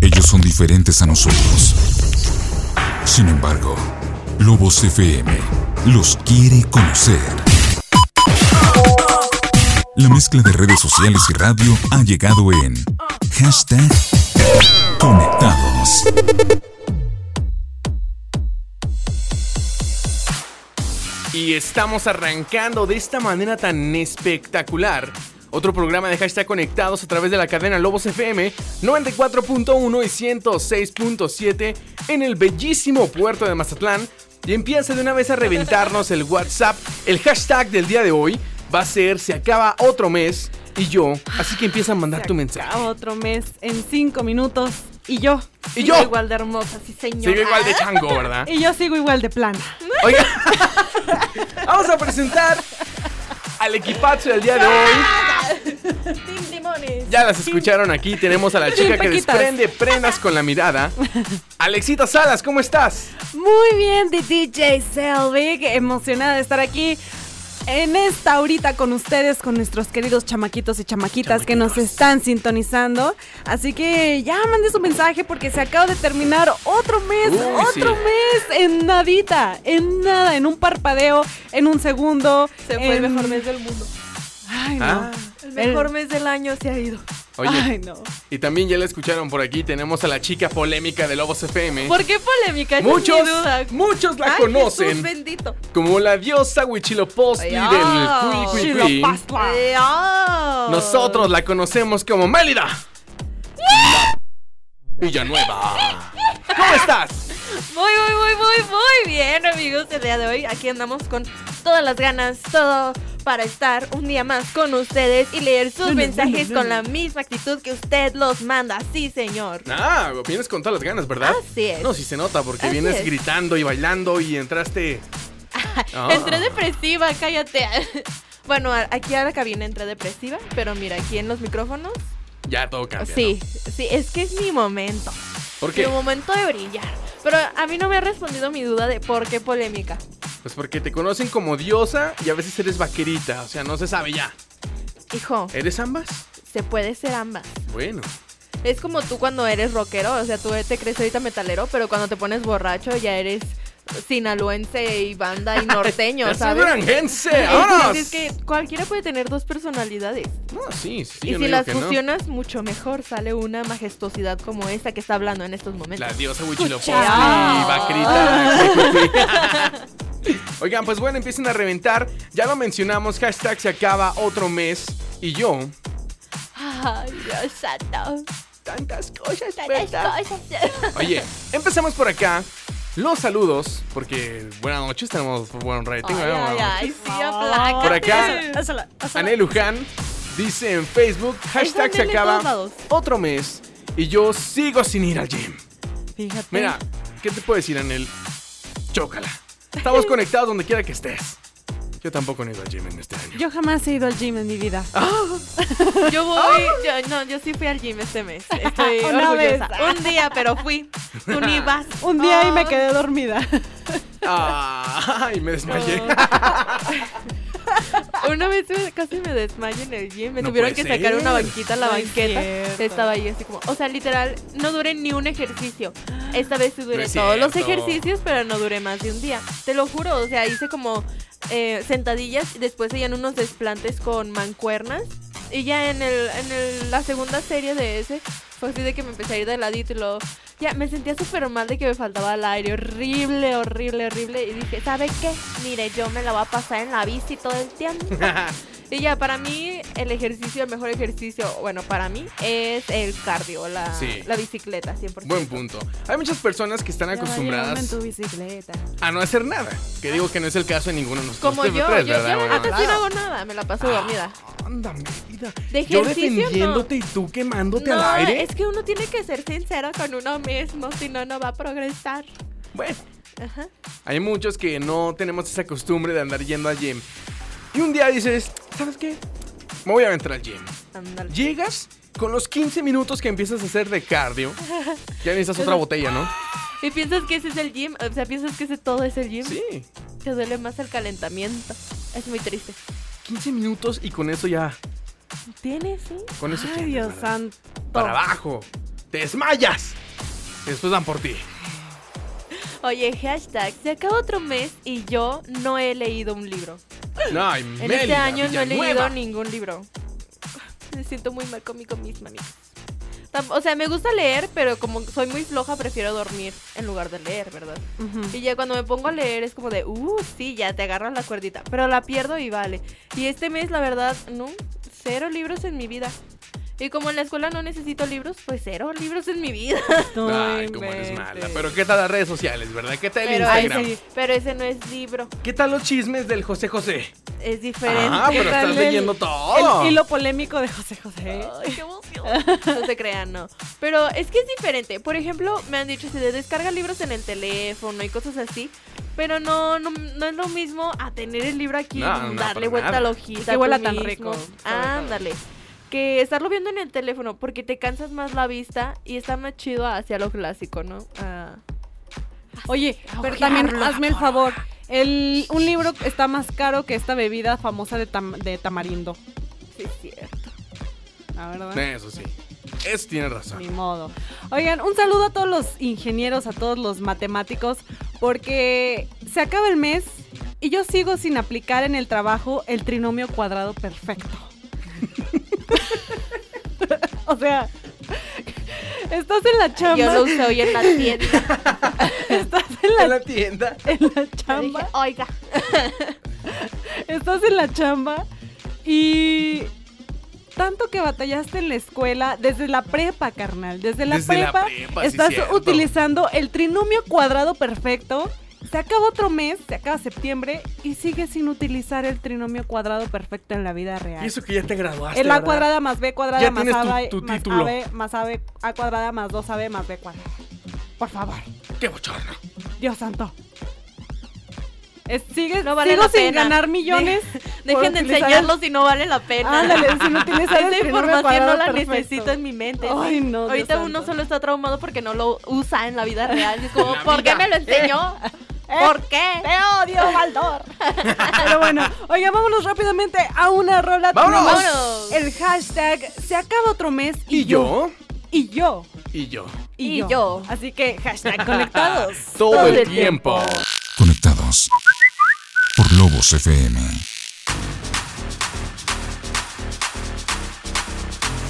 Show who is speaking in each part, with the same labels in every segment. Speaker 1: Ellos son diferentes a nosotros. Sin embargo, Lobos FM los quiere conocer. La mezcla de redes sociales y radio ha llegado en hashtag conectados.
Speaker 2: Y estamos arrancando de esta manera tan espectacular. Otro programa de hashtag conectados a través de la cadena Lobos FM 94.1 y 106.7 en el bellísimo puerto de Mazatlán. Y empieza de una vez a reventarnos el WhatsApp. El hashtag del día de hoy va a ser se acaba otro mes y yo. Así que empieza a mandar
Speaker 3: Se
Speaker 2: tu mensaje.
Speaker 3: acaba otro mes en cinco minutos. Y yo.
Speaker 2: Y
Speaker 3: sigo
Speaker 2: yo.
Speaker 3: Igual de hermosa, sí, señor.
Speaker 2: Sigue igual de chango, ¿verdad?
Speaker 3: Y yo sigo igual de plana.
Speaker 2: Oiga, vamos a presentar al equipazo del día de hoy.
Speaker 4: Team Limones.
Speaker 2: Ya las escucharon aquí. Tenemos a la chica que
Speaker 3: Paquitas.
Speaker 2: desprende prendas con la mirada. Alexita Salas, ¿cómo estás?
Speaker 3: Muy bien, de DJ Selvig. Emocionada de estar aquí. En esta horita con ustedes, con nuestros queridos chamaquitos y chamaquitas que nos están sintonizando. Así que ya mande su mensaje porque se acaba de terminar otro mes,
Speaker 2: Uy, sí.
Speaker 3: otro mes en nadita, en nada, en un parpadeo, en un segundo.
Speaker 4: Se fue el
Speaker 3: en-
Speaker 4: mejor mes del mundo.
Speaker 3: Ay, no.
Speaker 2: Ah.
Speaker 4: Em, El
Speaker 3: El-
Speaker 4: mejor mes del año se ha ido.
Speaker 2: Oye,
Speaker 3: Ay, no.
Speaker 2: y también ya la escucharon por aquí. Tenemos a la chica polémica de Lobos FM.
Speaker 4: ¿Por qué polémica? Esa es
Speaker 2: Muchos,
Speaker 4: mi duda.
Speaker 2: muchos la
Speaker 4: Ay, Jesús
Speaker 2: conocen
Speaker 4: bendito.
Speaker 2: como la diosa Huichilopostli
Speaker 4: Ay, ah,
Speaker 2: del Cui Cui Cui.
Speaker 4: Ay, ah.
Speaker 2: Nosotros la conocemos como Mélida. La Villanueva. ¿Cómo estás?
Speaker 4: Muy, muy, muy, muy, muy bien, amigos. El día de hoy aquí andamos con todas las ganas, todo para estar un día más con ustedes y leer sus
Speaker 3: No, no,
Speaker 4: mensajes
Speaker 3: no, no,
Speaker 4: con
Speaker 3: no.
Speaker 4: la misma actitud que usted los manda. Sí, señor.
Speaker 2: Ah, vienes con todas las ganas, ¿verdad?
Speaker 4: Así es.
Speaker 2: No, sí se nota porque
Speaker 4: Así
Speaker 2: vienes
Speaker 4: es.
Speaker 2: gritando y bailando y entraste. Ah.
Speaker 4: Entré depresiva, cállate. Bueno, a- aquí a la cabina entré depresiva, pero mira, aquí en los micrófonos.
Speaker 2: Ya todo cambia.
Speaker 4: sí, sí, es que es mi momento.
Speaker 2: ¿no? ¿Por
Speaker 4: Mi
Speaker 2: qué?
Speaker 4: momento de brillar. Pero a mí no me ha respondido mi duda de por qué polémica.
Speaker 2: Pues porque te conocen como diosa y a veces eres vaquerita. O sea, no se sabe ya.
Speaker 4: Hijo,
Speaker 2: ¿Eres ambas?
Speaker 4: se puede ser ambas.
Speaker 2: Bueno.
Speaker 4: Es como tú cuando eres rockero, o sea, tú te crees ahorita metalero, pero cuando te pones borracho ya eres sinaloense y banda y norteño,
Speaker 2: ¡Ya soy
Speaker 4: ¿sabes?
Speaker 2: duranguense! ¡Vámonos!
Speaker 4: Así es que cualquiera puede tener dos personalidades.
Speaker 2: No, sí, sí, sí,
Speaker 4: Y
Speaker 2: yo no
Speaker 4: si
Speaker 2: digo
Speaker 4: las
Speaker 2: que no.
Speaker 4: fusionas, mucho mejor sale una majestuosidad como esta que está hablando en estos momentos.
Speaker 2: La diosa Huichilopostli,
Speaker 4: Escucha.
Speaker 2: Bacrita. Oigan, pues bueno, empiecen a reventar. Ya lo mencionamos, hashtag se acaba otro mes. Y yo,
Speaker 4: Ay, Dios santo.
Speaker 2: tantas cosas,
Speaker 4: Tantas
Speaker 2: ¿verdad?
Speaker 4: cosas.
Speaker 2: Oye, empezamos por acá. Los saludos, porque buenas noches, tenemos buen rating.
Speaker 4: Ay,
Speaker 2: ¿verdad?
Speaker 4: ay, ay, sí, aplácate.
Speaker 2: Por acá,
Speaker 3: Hazla, hazla.
Speaker 2: Anel Luján dice en Facebook, hashtag
Speaker 4: Anel
Speaker 2: se
Speaker 4: en todos
Speaker 2: acaba
Speaker 4: lados.
Speaker 2: otro mes. Y yo sigo sin ir al gym.
Speaker 3: Fíjate.
Speaker 2: Mira, ¿qué te puedo decir, Anel? Chócala. Estamos conectados donde quiera que estés. Yo tampoco he ido al gym en este año.
Speaker 3: Yo jamás he ido al gym en mi vida.
Speaker 4: Yo voy, yo, no, yo sí fui al gym este mes. Estoy
Speaker 3: Una
Speaker 4: orgullosa.
Speaker 3: vez.
Speaker 4: Un día, pero fui. Tú ni vas.
Speaker 3: Un día y me
Speaker 4: Ay,
Speaker 3: quedé dormida.
Speaker 2: Ay, me desmayé.
Speaker 4: Una vez me- casi me desmayé en el gym. Me
Speaker 2: No
Speaker 4: tuvieron que
Speaker 2: puede
Speaker 4: sacar
Speaker 2: ser.
Speaker 4: una banquita a la
Speaker 3: No es
Speaker 4: banqueta.
Speaker 3: cierto.
Speaker 4: Estaba ahí así como. O sea, literal, no duré ni un ejercicio. Esta vez sí duré
Speaker 2: es
Speaker 4: todos los
Speaker 2: cierto.
Speaker 4: ejercicios, pero no duré más de un día. Te lo juro. O sea, hice como eh, sentadillas y después hacían unos desplantes con mancuernas. Y ya en, el, en el- la segunda serie de ese, fue así de que me empecé a ir de ladito y luego. Ya, me sentía súper mal de que me faltaba el aire. Horrible, horrible, horrible. Y dije, ¿sabe qué? Mire, yo me la voy a pasar en la bici todo el tiempo. Y ya, para mí, el ejercicio, el mejor ejercicio, bueno, para mí, es el cardio, la,
Speaker 2: Sí.
Speaker 4: la bicicleta, 100%.
Speaker 2: Buen punto. Hay muchas personas que están
Speaker 3: en
Speaker 2: acostumbradas
Speaker 3: tu bicicleta.
Speaker 2: a no hacer nada. Que digo que no es el caso de ninguno de nosotros.
Speaker 4: Como yo, yo,
Speaker 2: tres,
Speaker 4: yo
Speaker 2: ¿verdad,
Speaker 4: la
Speaker 2: buena
Speaker 4: neta
Speaker 2: onda?
Speaker 4: sí no hago nada, me la paso
Speaker 2: Ah.
Speaker 4: dormida.
Speaker 2: Anda, mérida.
Speaker 4: De
Speaker 2: Yo
Speaker 4: ejercicio,
Speaker 2: defendiéndote y tú quemándote
Speaker 4: No,
Speaker 2: al aire.
Speaker 4: es que uno tiene que ser sincero con uno mismo, si no, no va a progresar.
Speaker 2: Bueno,
Speaker 4: Ajá.
Speaker 2: hay muchos que no tenemos esa costumbre de andar yendo al gym. Y un día dices, ¿sabes qué? Me voy a aventar al gym.
Speaker 4: Ándale.
Speaker 2: Llegas con los 15 minutos que empiezas a hacer de cardio. Ya necesitas otra botella, ¿no?
Speaker 4: Y piensas que ese es el gym, o sea, piensas que ese todo es el gym.
Speaker 2: Sí.
Speaker 4: Te duele más el calentamiento. Es muy triste.
Speaker 2: 15 minutos y con eso ya.
Speaker 4: ¿Tienes, sí?
Speaker 2: Con eso
Speaker 3: Ay,
Speaker 2: tienes,
Speaker 3: Dios
Speaker 2: ¿verdad?
Speaker 3: santo.
Speaker 2: Para abajo. te desmayas. Después van por ti.
Speaker 4: Oye, hashtag, se acaba otro mes y yo no he leído un libro.
Speaker 2: No, ay,
Speaker 4: En
Speaker 2: Mélida,
Speaker 4: este año no he leído
Speaker 2: Villanueva.
Speaker 4: ningún libro. Me siento muy mal conmigo misma, amigos. Tam- O sea, me gusta leer, pero como soy muy floja, prefiero dormir en lugar de leer, ¿verdad?
Speaker 3: Ujú.
Speaker 4: Y ya cuando me pongo a leer es como de, uh, sí, ya te agarras la cuerdita. Pero la pierdo y vale. Y este mes, la verdad, no, cero libros en mi vida. Y como en la escuela no necesito libros, pues cero libros en mi vida.
Speaker 2: Ay, cómo eres mala. Pero ¿qué tal las redes sociales, verdad? ¿Qué tal el
Speaker 4: Pero,
Speaker 2: Instagram?
Speaker 4: ese, pero ese no es libro,
Speaker 2: ¿Qué tal los chismes del José José?
Speaker 4: es diferente.
Speaker 2: Ah, pero
Speaker 3: tal
Speaker 2: estás
Speaker 3: el-
Speaker 2: leyendo todo.
Speaker 3: El hilo polémico de José José.
Speaker 4: Ay, qué emoción. No se crean, no. Pero es que es diferente. Por ejemplo, me han dicho, se descarga libros en el teléfono y cosas así. Pero no, no, no es lo mismo a tener el libro aquí,
Speaker 2: No, no,
Speaker 4: darle
Speaker 2: para
Speaker 4: vuelta
Speaker 2: nada.
Speaker 4: a la hojita.
Speaker 3: Que huela
Speaker 4: tú
Speaker 3: tan
Speaker 4: mismo.
Speaker 3: rico, sobre todo.
Speaker 4: Ándale. Que estarlo viendo en el teléfono porque te cansas más la vista y está más chido hacia lo clásico, ¿no? Ah.
Speaker 3: Oye, pero también hazme el favor. El, un libro está más caro que esta bebida famosa de, tam- de tamarindo.
Speaker 4: Sí, es cierto.
Speaker 3: La verdad.
Speaker 2: Eso sí. Es, tiene
Speaker 3: Ni
Speaker 2: razón.
Speaker 3: modo. Oigan, un saludo a todos los ingenieros, a todos los matemáticos, porque se acaba el mes y yo sigo sin aplicar en el trabajo el trinomio cuadrado perfecto. o sea, estás en la chamba,
Speaker 4: Yo lo usé hoy en la tienda.
Speaker 3: estás en la,
Speaker 2: En la tienda.
Speaker 3: en la
Speaker 4: Yo dije,
Speaker 3: chamba,
Speaker 4: Oiga,
Speaker 3: estás en la chamba y tanto que batallaste en la escuela, desde la prepa, carnal, desde la
Speaker 2: Desde la
Speaker 3: prepa,
Speaker 2: prepa, sí,
Speaker 3: estás
Speaker 2: cierto.
Speaker 3: utilizando el trinomio cuadrado perfecto. Se acaba otro mes, se acaba septiembre y sigues sin utilizar el trinomio cuadrado perfecto en la vida real.
Speaker 2: Y eso que ya te graduaste.
Speaker 3: El A
Speaker 2: ¿verdad?
Speaker 3: cuadrada más B cuadrada
Speaker 2: Ya
Speaker 3: más
Speaker 2: tienes tu-
Speaker 3: AB
Speaker 2: tu
Speaker 3: más
Speaker 2: título.
Speaker 3: AB más AB A cuadrada más 2AB más B cuadrada. Por favor,
Speaker 2: Qué bochorno.
Speaker 3: Dios santo. Es- sigue-
Speaker 4: No vale
Speaker 3: sigo
Speaker 4: la
Speaker 3: sin
Speaker 4: pena.
Speaker 3: ganar millones. por
Speaker 4: dejen de
Speaker 3: utilizar el-
Speaker 4: enseñarlo si no vale la pena.
Speaker 3: Ándale, sin utilizar el
Speaker 4: Esa
Speaker 3: trinomio
Speaker 4: información no
Speaker 3: cuadrado
Speaker 4: la
Speaker 3: perfecto.
Speaker 4: necesito en mi mente.
Speaker 3: Ay, no, Dios
Speaker 4: Ahorita uno
Speaker 3: santo.
Speaker 4: solo está traumado porque no lo usa en la vida real. Y es como,
Speaker 2: La
Speaker 4: ¿por qué
Speaker 2: vida.
Speaker 4: me lo enseñó? ¿Por qué?
Speaker 3: ¡Te odio, Baldor! Pero bueno, oiga, vámonos rápidamente a una rola.
Speaker 2: ¡Vámonos!
Speaker 3: Tenemos El hashtag se acaba otro mes y,
Speaker 2: ¿Y yo?
Speaker 3: Y yo.
Speaker 2: Y yo.
Speaker 4: Y yo.
Speaker 3: Así que hashtag conectados.
Speaker 2: Todo,
Speaker 4: Todo
Speaker 2: el
Speaker 4: el
Speaker 2: tiempo.
Speaker 1: Conectados por Lobos FM.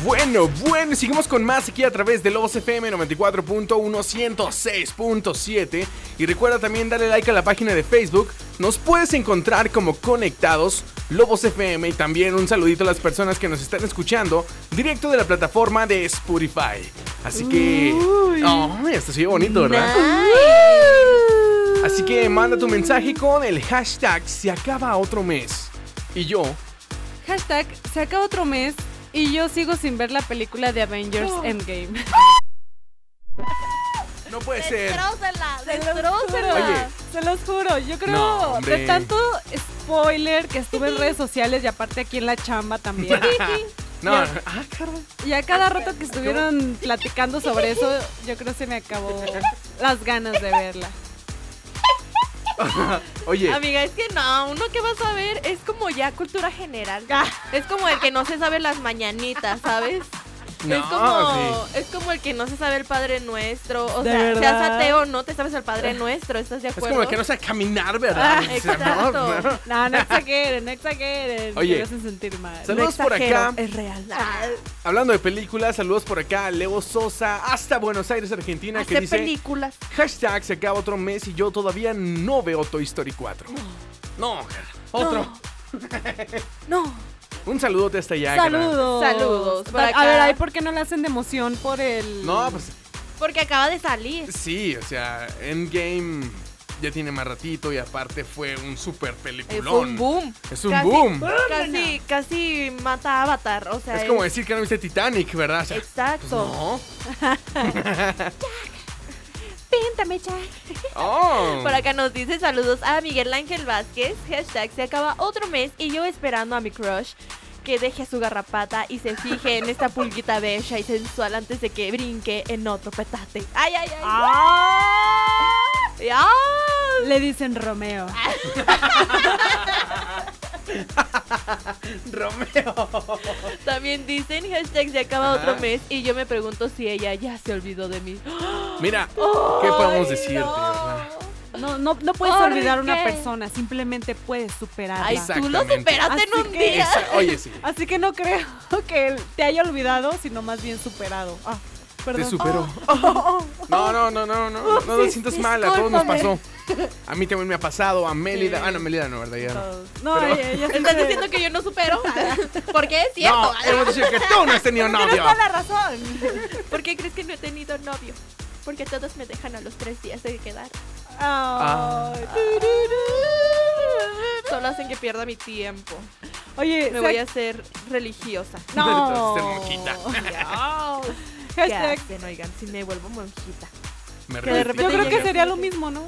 Speaker 2: Bueno, bueno, sigamos con más aquí a través de Lobos FM 94.1 106.7 y recuerda también darle like a la página de Facebook. Nos puedes encontrar como Conectados Lobos FM y también un saludito a las personas que nos están escuchando directo de la plataforma de Spotify. Así que, oh, esto sí bonito, ¿verdad? Así que manda tu mensaje con el hashtag se acaba otro mes. Y yo,
Speaker 3: Hashtag se acaba otro mes y yo sigo sin ver la película de Avengers Endgame.
Speaker 2: no puede ser.
Speaker 4: Destrócela,
Speaker 2: Oye.
Speaker 4: Oh, destrócela.
Speaker 3: Se los juro, yo creo
Speaker 2: No, hombre.
Speaker 3: de tanto spoiler que estuve en redes sociales y aparte aquí en la chamba también.
Speaker 2: No, ah, caray.
Speaker 3: Y a cada rato que estuvieron platicando sobre eso, yo creo se me acabó las ganas de verla.
Speaker 2: Oye,
Speaker 4: Amiga, es que no, uno que vas a ver es como ya cultura general. Es como el que no se sabe las mañanitas, ¿sabes?
Speaker 2: no,
Speaker 4: es, como, es como el que no se sabe el Padre Nuestro. O
Speaker 3: ¿De
Speaker 4: sea, seas
Speaker 3: verdad?
Speaker 4: ateo o no, te sabes el Padre Nuestro, ¿estás de
Speaker 2: Es
Speaker 4: acuerdo?
Speaker 2: como el que no sabe caminar, ¿verdad?
Speaker 4: Ah,
Speaker 2: O sea,
Speaker 4: exacto.
Speaker 2: no, no.
Speaker 3: No, no exageren, no exageren.
Speaker 2: Oye.
Speaker 3: que me hacen sentir mal. Ah,
Speaker 2: Saludos
Speaker 3: No
Speaker 2: por
Speaker 3: exagero,
Speaker 2: acá.
Speaker 3: Es real.
Speaker 2: Hablando de películas, saludos por acá a Leo Sosa hasta Buenos Aires, Argentina, que
Speaker 4: Hacer
Speaker 2: dice
Speaker 4: películas.
Speaker 2: hashtag se acaba otro mes y yo todavía no veo Toy Story 4. No, cara, otro.
Speaker 4: No.
Speaker 2: Un saludote hasta allá. cara.
Speaker 3: Saludos.
Speaker 4: Saludos por
Speaker 3: A-
Speaker 4: acá.
Speaker 3: A ver, ¿ahí por qué no le hacen de emoción por el.
Speaker 2: No, pues
Speaker 4: Porque acaba de salir.
Speaker 2: sí, o sea, Endgame ya tiene más ratito y aparte fue un super
Speaker 4: Eh, Fue un
Speaker 2: peliculón.
Speaker 4: boom.
Speaker 2: Es un
Speaker 4: Casi-
Speaker 2: boom.
Speaker 4: Casi, casi mata a Avatar. O sea,
Speaker 2: Es como decir que no viste Titanic, ¿verdad? O sea,
Speaker 4: Exacto.
Speaker 2: pues no.
Speaker 4: Píntame, Jack.
Speaker 2: Pues Oh.
Speaker 4: Por acá nos dice saludos a Miguel Ángel Vázquez. Hashtag se acaba otro mes y yo esperando a mi crush que deje su garrapata y se fije en esta pulguita bella y sensual antes de que brinque en otro petate. ¡Ay, ay, ay! ¡Ah!
Speaker 3: Le dicen Romeo.
Speaker 2: Romeo.
Speaker 4: También dicen hashtag se acaba otro mes y yo me pregunto si ella ya se olvidó de mí.
Speaker 2: Mira, ¿qué podemos
Speaker 4: Ay,
Speaker 2: decirte,
Speaker 4: no.
Speaker 2: verdad?
Speaker 3: No, no, no puedes
Speaker 4: ¿Por
Speaker 3: olvidar a una
Speaker 4: qué?
Speaker 3: persona, simplemente puedes superarla.
Speaker 4: Ay, tú lo
Speaker 2: Exactamente.
Speaker 4: superaste en
Speaker 3: Así
Speaker 4: un
Speaker 3: que-
Speaker 4: día.
Speaker 2: Esa- oye, sí.
Speaker 3: Así que no creo que él te haya olvidado, sino más bien superado. Ah,
Speaker 2: Te
Speaker 3: perdón. Oh,
Speaker 2: superó. No, no, no, no, no. No te
Speaker 3: sí,
Speaker 2: sientas mal, a todos nos pasó.
Speaker 4: Oh. discúlpame.
Speaker 2: A mí también me ha pasado, a Mélida.
Speaker 4: Sí.
Speaker 2: Ah, no, Mélida no, ¿verdad? Ya no.
Speaker 3: No,
Speaker 2: Pero-
Speaker 3: ella- ella
Speaker 4: ¿Estás
Speaker 3: siempre-
Speaker 4: diciendo que yo no supero? Porque es cierto.
Speaker 2: No, hemos dicho que tú no has tenido
Speaker 3: Tienes
Speaker 2: novio.
Speaker 3: toda la razón.
Speaker 4: ¿Por qué crees que no he tenido novio? Porque todos me dejan a los tres días de quedar.
Speaker 2: Ah.
Speaker 3: Ay, tururú.
Speaker 4: Solo hacen que pierda mi tiempo.
Speaker 3: Oye,
Speaker 4: Me
Speaker 3: se-
Speaker 4: voy a hacer religiosa.
Speaker 3: No. Este
Speaker 2: Entonces, ser monjita.
Speaker 4: ¿Qué
Speaker 3: Hashtag.
Speaker 4: hacen, oigan? Si me vuelvo monjita.
Speaker 2: Me
Speaker 4: Que de
Speaker 2: retiro.
Speaker 3: Yo
Speaker 4: repente Ah,
Speaker 3: creo que
Speaker 4: llegué.
Speaker 3: sería lo mismo, ¿no?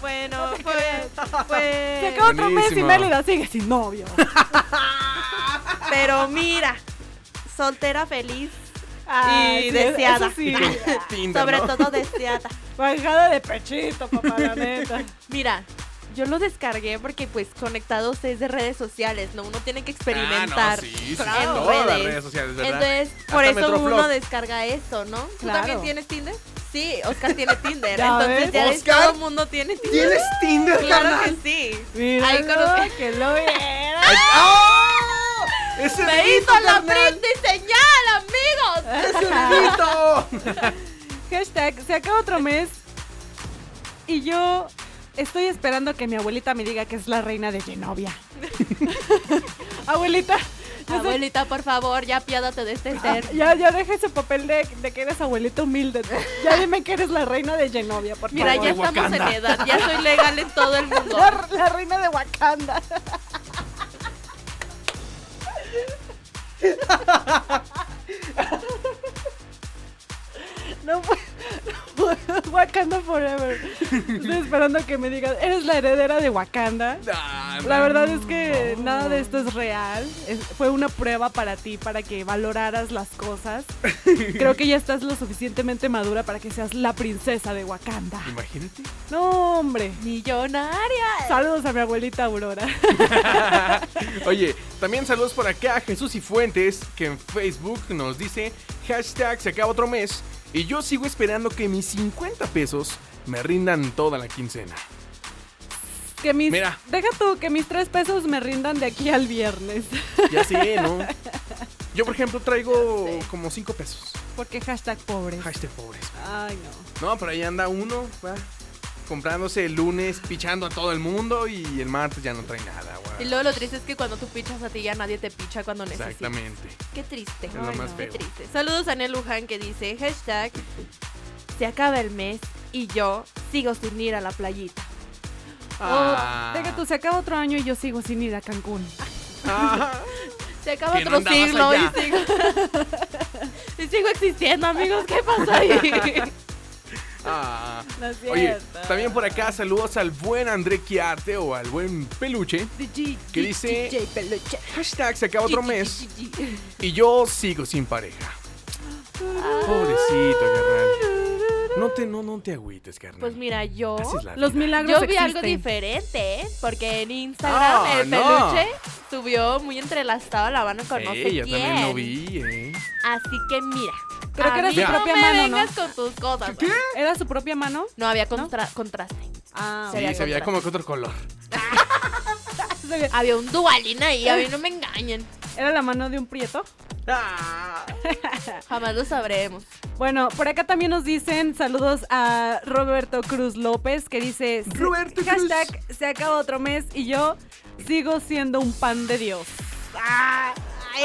Speaker 4: Bueno, pues, pues-
Speaker 3: Ah, Se acaba otro mes y
Speaker 2: Buenísimo.
Speaker 3: Mélida sigue sin novio.
Speaker 4: Pero mira, soltera feliz,
Speaker 3: Ay,
Speaker 4: Y
Speaker 3: sí, eso
Speaker 4: deseada.
Speaker 3: sí.
Speaker 2: Y con Tinder,
Speaker 4: sobre
Speaker 2: ¿no?
Speaker 4: todo deseada.
Speaker 3: Bajada de pechito, papá, la neta.
Speaker 4: Mira, yo lo descargué porque pues conectados es de redes sociales, ¿no? Uno tiene que experimentar
Speaker 2: Ah, no, sí, sí,
Speaker 4: en
Speaker 2: todas
Speaker 4: redes.
Speaker 2: las redes sociales, ¿verdad?
Speaker 4: Entonces,
Speaker 2: Hasta
Speaker 4: por eso
Speaker 2: Metroflog.
Speaker 4: uno descarga eso, ¿no? ¿Tú
Speaker 3: Claro.
Speaker 4: también tienes Tinder? Sí, Oscar tiene Tinder.
Speaker 3: ¿Ya
Speaker 4: entonces
Speaker 3: ves?
Speaker 4: ya ves,
Speaker 2: Oscar,
Speaker 4: todo el mundo tiene Tinder.
Speaker 2: ¿Tienes Tinder,
Speaker 4: Claro que
Speaker 2: carnal?
Speaker 4: sí.
Speaker 3: Míralo,
Speaker 4: Ahí conocí-
Speaker 3: que lo viera.
Speaker 2: ¡Ah! ¡Ese
Speaker 4: Me
Speaker 2: dedito,
Speaker 4: hizo la
Speaker 2: carnal!
Speaker 4: frente y señal, amigos.
Speaker 2: ¡Dedito!
Speaker 3: Hashtag, se acaba otro mes y yo estoy esperando que mi abuelita me diga que es la reina de Genovia. abuelita, yo soy-
Speaker 4: Abuelita, por favor, ya piádate de este ser.
Speaker 3: ya, ya deja ese papel de, de que eres abuelita humilde. Ya dime que eres la reina de Genovia, por
Speaker 4: Mira,
Speaker 3: favor.
Speaker 4: ya estamos
Speaker 2: Wakanda.
Speaker 4: en edad, ya soy legal en todo el mundo.
Speaker 3: La, la reina de Wakanda. No puedo, no puedo. Wakanda Forever. Estoy esperando que me digas, eres la heredera de Wakanda.
Speaker 2: Ah,
Speaker 3: La
Speaker 2: man.
Speaker 3: verdad es que nada de esto es real. Es- fue una prueba para ti, para que valoraras las cosas. Creo que ya estás lo suficientemente madura para que seas la princesa de Wakanda.
Speaker 2: Imagínate.
Speaker 3: No, hombre.
Speaker 4: Millonaria.
Speaker 3: Saludos a mi abuelita Aurora.
Speaker 2: Oye, también saludos por acá a Jesús y Fuentes, que en Facebook nos dice hashtag se acaba otro mes y yo sigo esperando que mis 50 pesos me rindan toda la quincena.
Speaker 3: Que mis,
Speaker 2: Mira.
Speaker 3: Deja tú que mis tres pesos me rindan de aquí al viernes.
Speaker 2: Ya sé, ¿no? Yo, por ejemplo, traigo como 5 pesos.
Speaker 3: Porque hashtag pobre.
Speaker 2: Hashtag pobres.
Speaker 3: Ay, no.
Speaker 2: No, por ahí anda uno, va, comprándose el lunes, pichando a todo el mundo y el martes ya no trae nada, güey.
Speaker 4: Y luego lo triste es que cuando tú pichas a ti ya nadie te picha cuando necesitas.
Speaker 2: Exactamente.
Speaker 4: Qué triste.
Speaker 2: Es lo
Speaker 3: Ay,
Speaker 2: más
Speaker 3: no.
Speaker 4: Qué
Speaker 2: feo.
Speaker 4: triste. Saludos a Nel Luján que dice hashtag se acaba el mes y yo sigo sin ir a la playita.
Speaker 2: Ah.
Speaker 3: Oh, deja tú, se acaba otro año y yo sigo sin ir a Cancún.
Speaker 2: Ah.
Speaker 4: Se acaba
Speaker 2: Que no
Speaker 4: otro
Speaker 2: andabas
Speaker 4: siglo
Speaker 2: allá.
Speaker 4: y sigo, y sigo existiendo, amigos. ¿Qué pasa ahí?
Speaker 2: Ah.
Speaker 3: No es
Speaker 2: Oye,
Speaker 3: cierto.
Speaker 2: también por acá saludos al buen André Quiarte o al buen Peluche.
Speaker 3: DJ,
Speaker 2: ¿Qué dice?
Speaker 3: DJ Peluche.
Speaker 2: Hashtag se acaba otro mes y yo sigo sin pareja.
Speaker 4: Ah,
Speaker 2: Pobrecito, carnal. No te, no, no te agüites, carnal.
Speaker 4: Pues mira, yo.
Speaker 2: Así es la
Speaker 3: Los
Speaker 2: vida.
Speaker 3: milagros
Speaker 4: Yo vi algo
Speaker 3: existen.
Speaker 4: diferente, ¿eh? porque en Instagram
Speaker 2: Ah,
Speaker 4: el
Speaker 2: no.
Speaker 4: peluche subió muy entrelastado la mano con no sé
Speaker 2: Ey, yo también lo
Speaker 4: quién.
Speaker 2: vi, eh.
Speaker 4: Así que mira.
Speaker 3: Creo que
Speaker 4: a
Speaker 3: era
Speaker 4: mí
Speaker 2: su
Speaker 3: propia
Speaker 4: no
Speaker 3: mano,
Speaker 4: me
Speaker 3: ¿no?
Speaker 4: vengas con tus cosas. güey.
Speaker 3: ¿Era su propia mano?
Speaker 4: No había contra- contraste.
Speaker 3: Ah,
Speaker 4: Se
Speaker 2: Sí,
Speaker 4: veía
Speaker 2: se veía
Speaker 4: contraste.
Speaker 2: como que otro color.
Speaker 4: Había un dualín ahí, a mí no me engañen.
Speaker 3: ah, ¿Era la mano de un prieto?
Speaker 2: Ah,
Speaker 4: Jamás lo sabremos.
Speaker 3: Bueno, por acá también nos dicen saludos a Roberto Cruz López que dice se-
Speaker 2: Roberto Cruz.
Speaker 3: hashtag se acaba otro mes y yo sigo siendo un pan de Dios.
Speaker 4: Ay,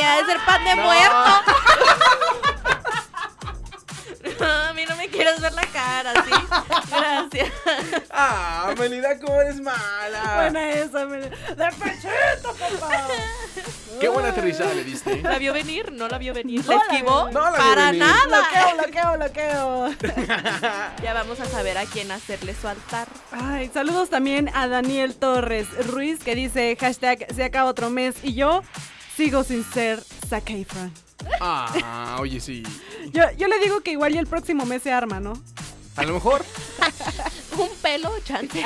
Speaker 4: ha de ser pan de muerto. No, a mí no me quieres ver la cara, ¿sí? Gracias.
Speaker 2: Ah, Melida, cómo eres mala.
Speaker 3: Buena esa, mira. ¡De pechito, papá!
Speaker 2: Qué buena aterrizada le diste. ¿eh?
Speaker 4: ¿La vio venir? No la vio venir.
Speaker 3: No
Speaker 4: ¿La
Speaker 3: la
Speaker 4: esquivó?
Speaker 3: vio
Speaker 2: venir. No la vio
Speaker 4: Para
Speaker 2: venir.
Speaker 4: nada.
Speaker 3: ¡Bloqueo, bloqueo, bloqueo!
Speaker 4: Ya vamos a saber a quién hacerle su altar.
Speaker 3: Ay, saludos también a Daniel Torres Ruiz que dice hashtag se acaba otro mes y yo sigo sin ser Zac Efron.
Speaker 2: Ah, oye, sí.
Speaker 3: Yo, yo le digo que igual y el próximo mes se arma, ¿no?
Speaker 2: A lo mejor
Speaker 4: Un pelo, chante.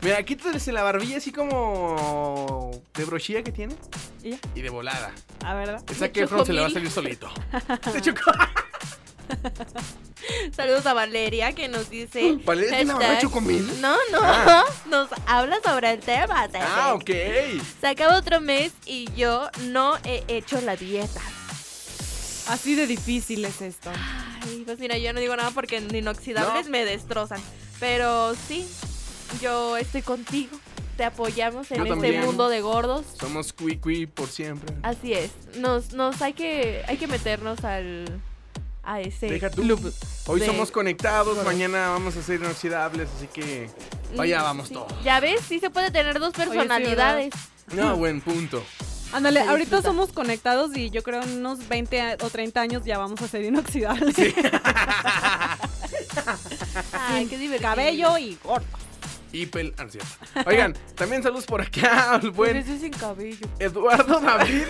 Speaker 2: Mira, quítales la barbilla así como de brochilla que tiene
Speaker 3: Y ya.
Speaker 2: y de volada.
Speaker 3: Ah, ¿verdad?
Speaker 2: El
Speaker 4: De
Speaker 2: Zac Efron se le va a
Speaker 4: chocomil.
Speaker 2: salir solito. De choco-
Speaker 4: Saludos a Valeria que nos dice.
Speaker 2: ¿Valeria tiene la barba de
Speaker 4: hashtag-
Speaker 2: chocomil?
Speaker 4: No, no.
Speaker 2: Ah.
Speaker 4: Nos habla sobre el tema. Ceci.
Speaker 2: Ah, ok.
Speaker 4: Se acaba otro mes y yo no he hecho la dieta.
Speaker 3: Así de difícil es esto.
Speaker 4: Ay, pues mira, yo no digo nada porque en inoxidables
Speaker 2: No.
Speaker 4: me destrozan. Pero sí, yo estoy contigo. Te apoyamos en
Speaker 2: Yo
Speaker 4: este
Speaker 2: también.
Speaker 4: mundo de gordos.
Speaker 2: Somos cui cui por siempre.
Speaker 4: Así es. Nos, nos hay que, hay que meternos al a ese
Speaker 2: Deja tú.
Speaker 4: club.
Speaker 2: Hoy
Speaker 4: de-
Speaker 2: somos conectados, mañana vamos a ser inoxidables, así que allá vamos
Speaker 4: Mm, Sí.
Speaker 2: todos.
Speaker 4: Ya ves, sí se puede tener dos
Speaker 3: sí, ¿verdad?
Speaker 4: personalidades.
Speaker 2: No, buen punto.
Speaker 3: Ándale,
Speaker 4: Se
Speaker 3: ahorita
Speaker 4: disfruta.
Speaker 3: somos conectados y yo creo en unos 20 a- o 30 años ya vamos a ser inoxidables.
Speaker 4: Ay, qué divertido.
Speaker 3: Cabello y gordo.
Speaker 2: Y pel... ah, no es cierto. Oigan, también saludos por acá al
Speaker 4: Por
Speaker 2: buen
Speaker 4: eso Pues es sin cabello.
Speaker 2: Eduardo David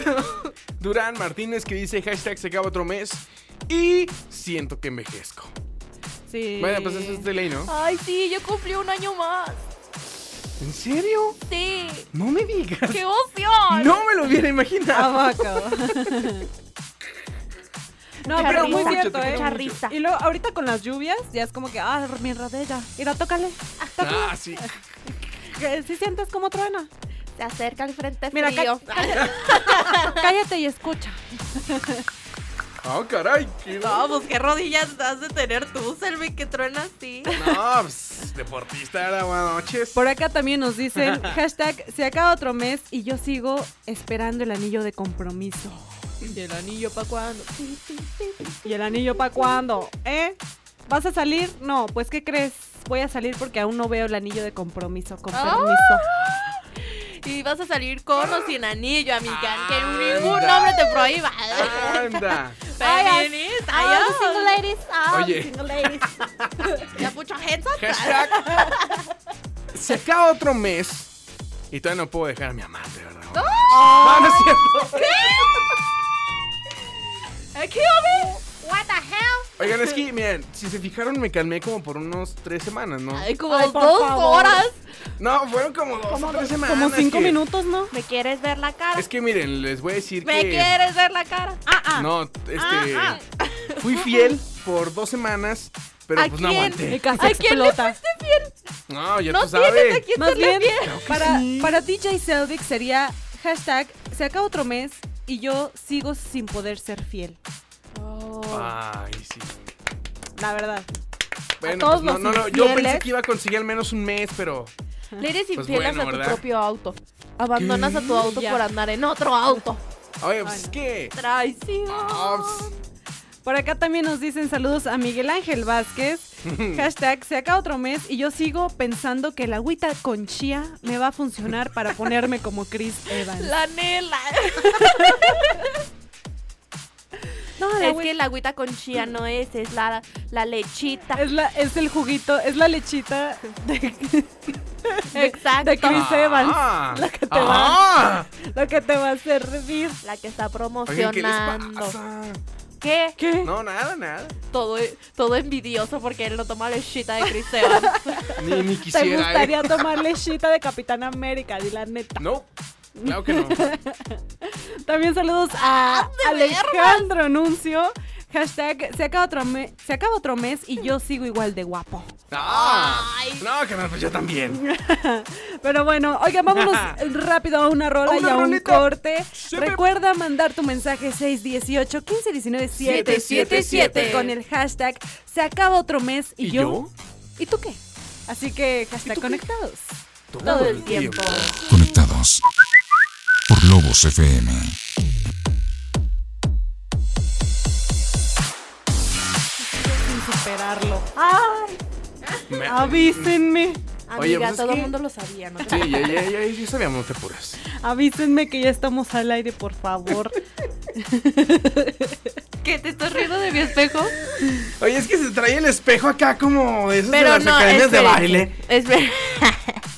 Speaker 2: Durán Martínez que dice hashtag se acaba otro mes y siento que envejezco.
Speaker 3: Sí.
Speaker 2: Bueno, pues eso es de ley, ¿no?
Speaker 4: Ay, sí, yo cumplí un año más.
Speaker 2: ¿En serio?
Speaker 4: Sí.
Speaker 2: No me digas.
Speaker 4: ¡Qué emoción!
Speaker 2: No me lo hubiera imaginado.
Speaker 3: Abaco. No,
Speaker 4: Mucha
Speaker 3: pero muy
Speaker 4: risa.
Speaker 3: cierto,
Speaker 2: Te
Speaker 3: ¿eh?
Speaker 2: quiero
Speaker 4: Mucha risa.
Speaker 3: Y luego, ahorita con las lluvias, ya es como que, ah, mi rodilla. Mira, tócale.
Speaker 2: Ah, sí.
Speaker 3: Que Si sientes como truena.
Speaker 4: Se acerca el frente
Speaker 3: Mira,
Speaker 4: frío.
Speaker 3: Cállate y escucha.
Speaker 2: Ah, caray. qué-
Speaker 4: No, pues qué rodillas has de tener tú, Selvi, que truena así.
Speaker 2: No, pues, deportista era buenas noches.
Speaker 3: Por acá también nos dicen, hashtag, se acaba otro mes y yo sigo esperando el anillo de compromiso.
Speaker 4: ¿Y el anillo para cuándo? Sí, sí, sí.
Speaker 3: ¿Y el anillo para cuándo? ¿Eh? ¿Vas a salir? No, pues ¿qué crees? Voy a salir porque aún no veo el anillo de compromiso, con
Speaker 4: Ah.
Speaker 3: permiso.
Speaker 4: Y vas a salir con o sin anillo, amiga. Que
Speaker 2: Anda.
Speaker 4: ningún hombre te prohíba.
Speaker 2: Anda.
Speaker 3: Ay,
Speaker 4: Feminista,
Speaker 3: ay,
Speaker 4: yo.
Speaker 3: single ladies, ah,
Speaker 2: Oye.
Speaker 3: single ladies.
Speaker 4: Ya mucho gente.
Speaker 2: Hashtag. Se acaba otro mes y todavía no puedo dejar a mi amante, ¿verdad?
Speaker 4: ¡Oh!
Speaker 2: No, Ah, no es cierto.
Speaker 4: ¿Eh, ¿Qué hombre? What the hell?
Speaker 2: Oigan, es que, miren, si se fijaron, me calmé como por unos tres semanas, ¿no?
Speaker 4: Ay, como
Speaker 3: Ay, por
Speaker 4: dos
Speaker 3: favor.
Speaker 4: horas.
Speaker 2: No, fueron como dos o tres semanas.
Speaker 3: Como cinco
Speaker 2: que-
Speaker 3: minutos, Ah, ¿no?
Speaker 4: ¿Me quieres ver la cara?
Speaker 2: Es que miren, les voy a decir
Speaker 4: ¿Me
Speaker 2: que.
Speaker 4: quieres ver la cara? Ah, ah.
Speaker 2: No, este.
Speaker 4: Ah,
Speaker 2: Fui fiel por dos semanas, pero
Speaker 4: ¿A
Speaker 2: pues no
Speaker 4: quién?
Speaker 3: Y
Speaker 2: aguanté.
Speaker 3: casi
Speaker 4: ¿A quién le
Speaker 3: explota.
Speaker 4: fuiste fiel?
Speaker 2: No, ya
Speaker 4: No
Speaker 2: tú sabes.
Speaker 4: tienes a quién
Speaker 3: Más
Speaker 4: serle
Speaker 3: bien,
Speaker 4: fiel.
Speaker 3: para, para DJ Selvig sería hashtag, se acaba otro mes y yo sigo sin poder ser fiel.
Speaker 2: Ay, sí.
Speaker 3: La verdad.
Speaker 2: Bueno,
Speaker 3: todos
Speaker 2: pues, no, no,
Speaker 3: los
Speaker 2: no, yo pensé
Speaker 3: infieles.
Speaker 2: que iba a conseguir al menos un mes, pero.
Speaker 4: Le eres
Speaker 2: Pues
Speaker 4: infiel
Speaker 2: bueno,
Speaker 4: hasta tu
Speaker 2: ¿verdad?
Speaker 4: propio auto. Abandonas a tu auto
Speaker 3: Ya.
Speaker 4: por andar en otro auto.
Speaker 2: Oye, pues es que. Ah,
Speaker 4: Traición.
Speaker 2: pues,
Speaker 3: Por acá también nos dicen saludos a Miguel Ángel Vázquez. Hashtag, se acaba otro mes y yo sigo pensando que la agüita con chía me va a funcionar para ponerme como Chris Evans.
Speaker 4: La nela.
Speaker 3: no, la
Speaker 4: Es
Speaker 3: agüita-
Speaker 4: que la agüita con chía no es, es la, la lechita.
Speaker 3: es, la- es el juguito, es la lechita de,
Speaker 4: Exacto.
Speaker 3: de Chris Evans,
Speaker 2: Ah,
Speaker 3: la que te
Speaker 2: ah.
Speaker 3: lo que te va a servir.
Speaker 4: La que está
Speaker 2: Oigan, ¿qué les
Speaker 4: promocionando.
Speaker 2: pasa?
Speaker 4: ¿Qué?
Speaker 3: ¿Qué?
Speaker 2: No, nada, nada.
Speaker 4: Todo, todo envidioso porque él no toma lechita de Chris Evans.
Speaker 2: Ni, ni quisiera.
Speaker 3: ¿Te
Speaker 2: ¿eh?
Speaker 3: gustaría tomar lechita de Capitán América? Di la neta.
Speaker 2: No, claro que no.
Speaker 3: También saludos a
Speaker 2: Ah,
Speaker 4: de
Speaker 3: Alejandro Nuncio. Hashtag, se acaba, otro me- se acaba otro mes y yo sigo igual de guapo.
Speaker 2: Ah,
Speaker 4: Ay.
Speaker 2: no, carnal, pues yo también.
Speaker 3: Pero bueno, oigan, vámonos rápido a una rola
Speaker 2: A una
Speaker 3: y a un
Speaker 2: rolita.
Speaker 3: corte.
Speaker 2: Se me-
Speaker 3: Recuerda mandar tu mensaje 618-1519-777 con el hashtag, se acaba otro mes y,
Speaker 2: ¿Y
Speaker 3: yo?
Speaker 2: yo?
Speaker 3: ¿Y tú qué? Así que hashtag conectados.
Speaker 4: Todo el tiempo.
Speaker 1: Conectados por Lobos FM.
Speaker 3: Sin superarlo.
Speaker 2: Me-
Speaker 3: Ah. Avísenme.
Speaker 2: Oye,
Speaker 4: Amiga,
Speaker 2: pues es
Speaker 4: todo el
Speaker 2: que-
Speaker 4: mundo lo sabía, ¿no?
Speaker 2: Sí, ya, ya, ya, ya sabíamos, no te apuras.
Speaker 3: Avísenme que ya estamos al aire, por favor.
Speaker 4: ¿Qué? ¿Te estás riendo de mi espejo?
Speaker 2: Oye, es que se trae el espejo acá como de esos de
Speaker 4: Pero
Speaker 2: las
Speaker 4: no,
Speaker 2: academias de
Speaker 4: espérense,
Speaker 2: baile.
Speaker 4: espérense.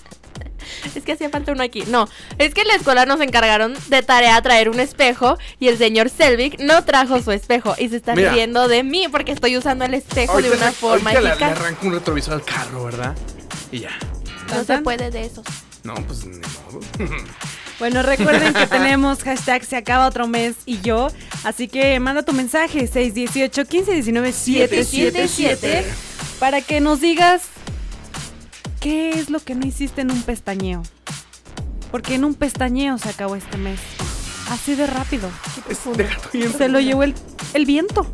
Speaker 4: Es que hacía falta uno aquí. No, es que en la escuela nos encargaron de tarea traer un espejo y el señor Selvig no trajo su espejo y se está
Speaker 2: Mira.
Speaker 4: riendo de mí porque estoy usando el espejo de
Speaker 2: Ahorita
Speaker 4: una
Speaker 2: se-
Speaker 4: forma
Speaker 2: ahorita le- le
Speaker 4: eficaz.
Speaker 2: arranco un retrovisor al carro, ¿verdad? Y ya.
Speaker 4: No se
Speaker 3: ¿Danzan?
Speaker 4: puede de esos.
Speaker 2: No, pues ni modo.
Speaker 3: Bueno, recuerden que tenemos hashtag se acaba otro mes y yo. Así que manda tu mensaje 618 1519 777 para que nos digas qué es lo que no hiciste en un pestañeo. Porque en un pestañeo se acabó este mes. Así de rápido.
Speaker 2: Es- deja tu bien
Speaker 3: Se lo llevó el, el viento.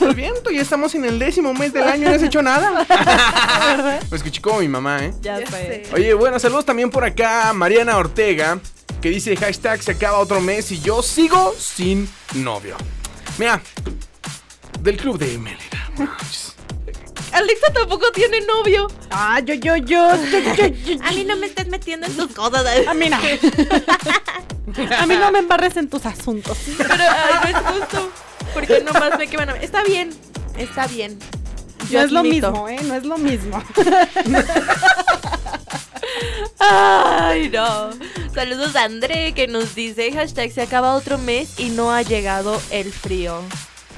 Speaker 2: el viento. Ya estamos en el décimo mes del año y no has hecho nada.
Speaker 3: ¿Verdad?
Speaker 2: Lo escuché como mi mamá, ¿eh?
Speaker 3: Ya,
Speaker 4: Ya
Speaker 3: fue.
Speaker 4: sé.
Speaker 2: Oye, bueno, saludos también por acá a Mariana Ortega, que dice hashtag se acaba otro mes y yo sigo sin novio. Mira, del club de Melena.
Speaker 4: Alexa tampoco tiene novio.
Speaker 3: Ah, yo, yo, yo, yo, yo, yo, yo.
Speaker 4: A mí no me estés metiendo en tus cosas.
Speaker 3: A mí no. Ah, A mí no me embarres en tus asuntos.
Speaker 4: Pero ay, no es justo. Porque nomás me queman a mí. Está bien. Está bien.
Speaker 3: No es lo
Speaker 4: admito.
Speaker 3: mismo, ¿eh? No es lo mismo.
Speaker 4: Ay, no. Saludos a André que nos dice hashtag se acaba otro mes y no ha llegado el frío.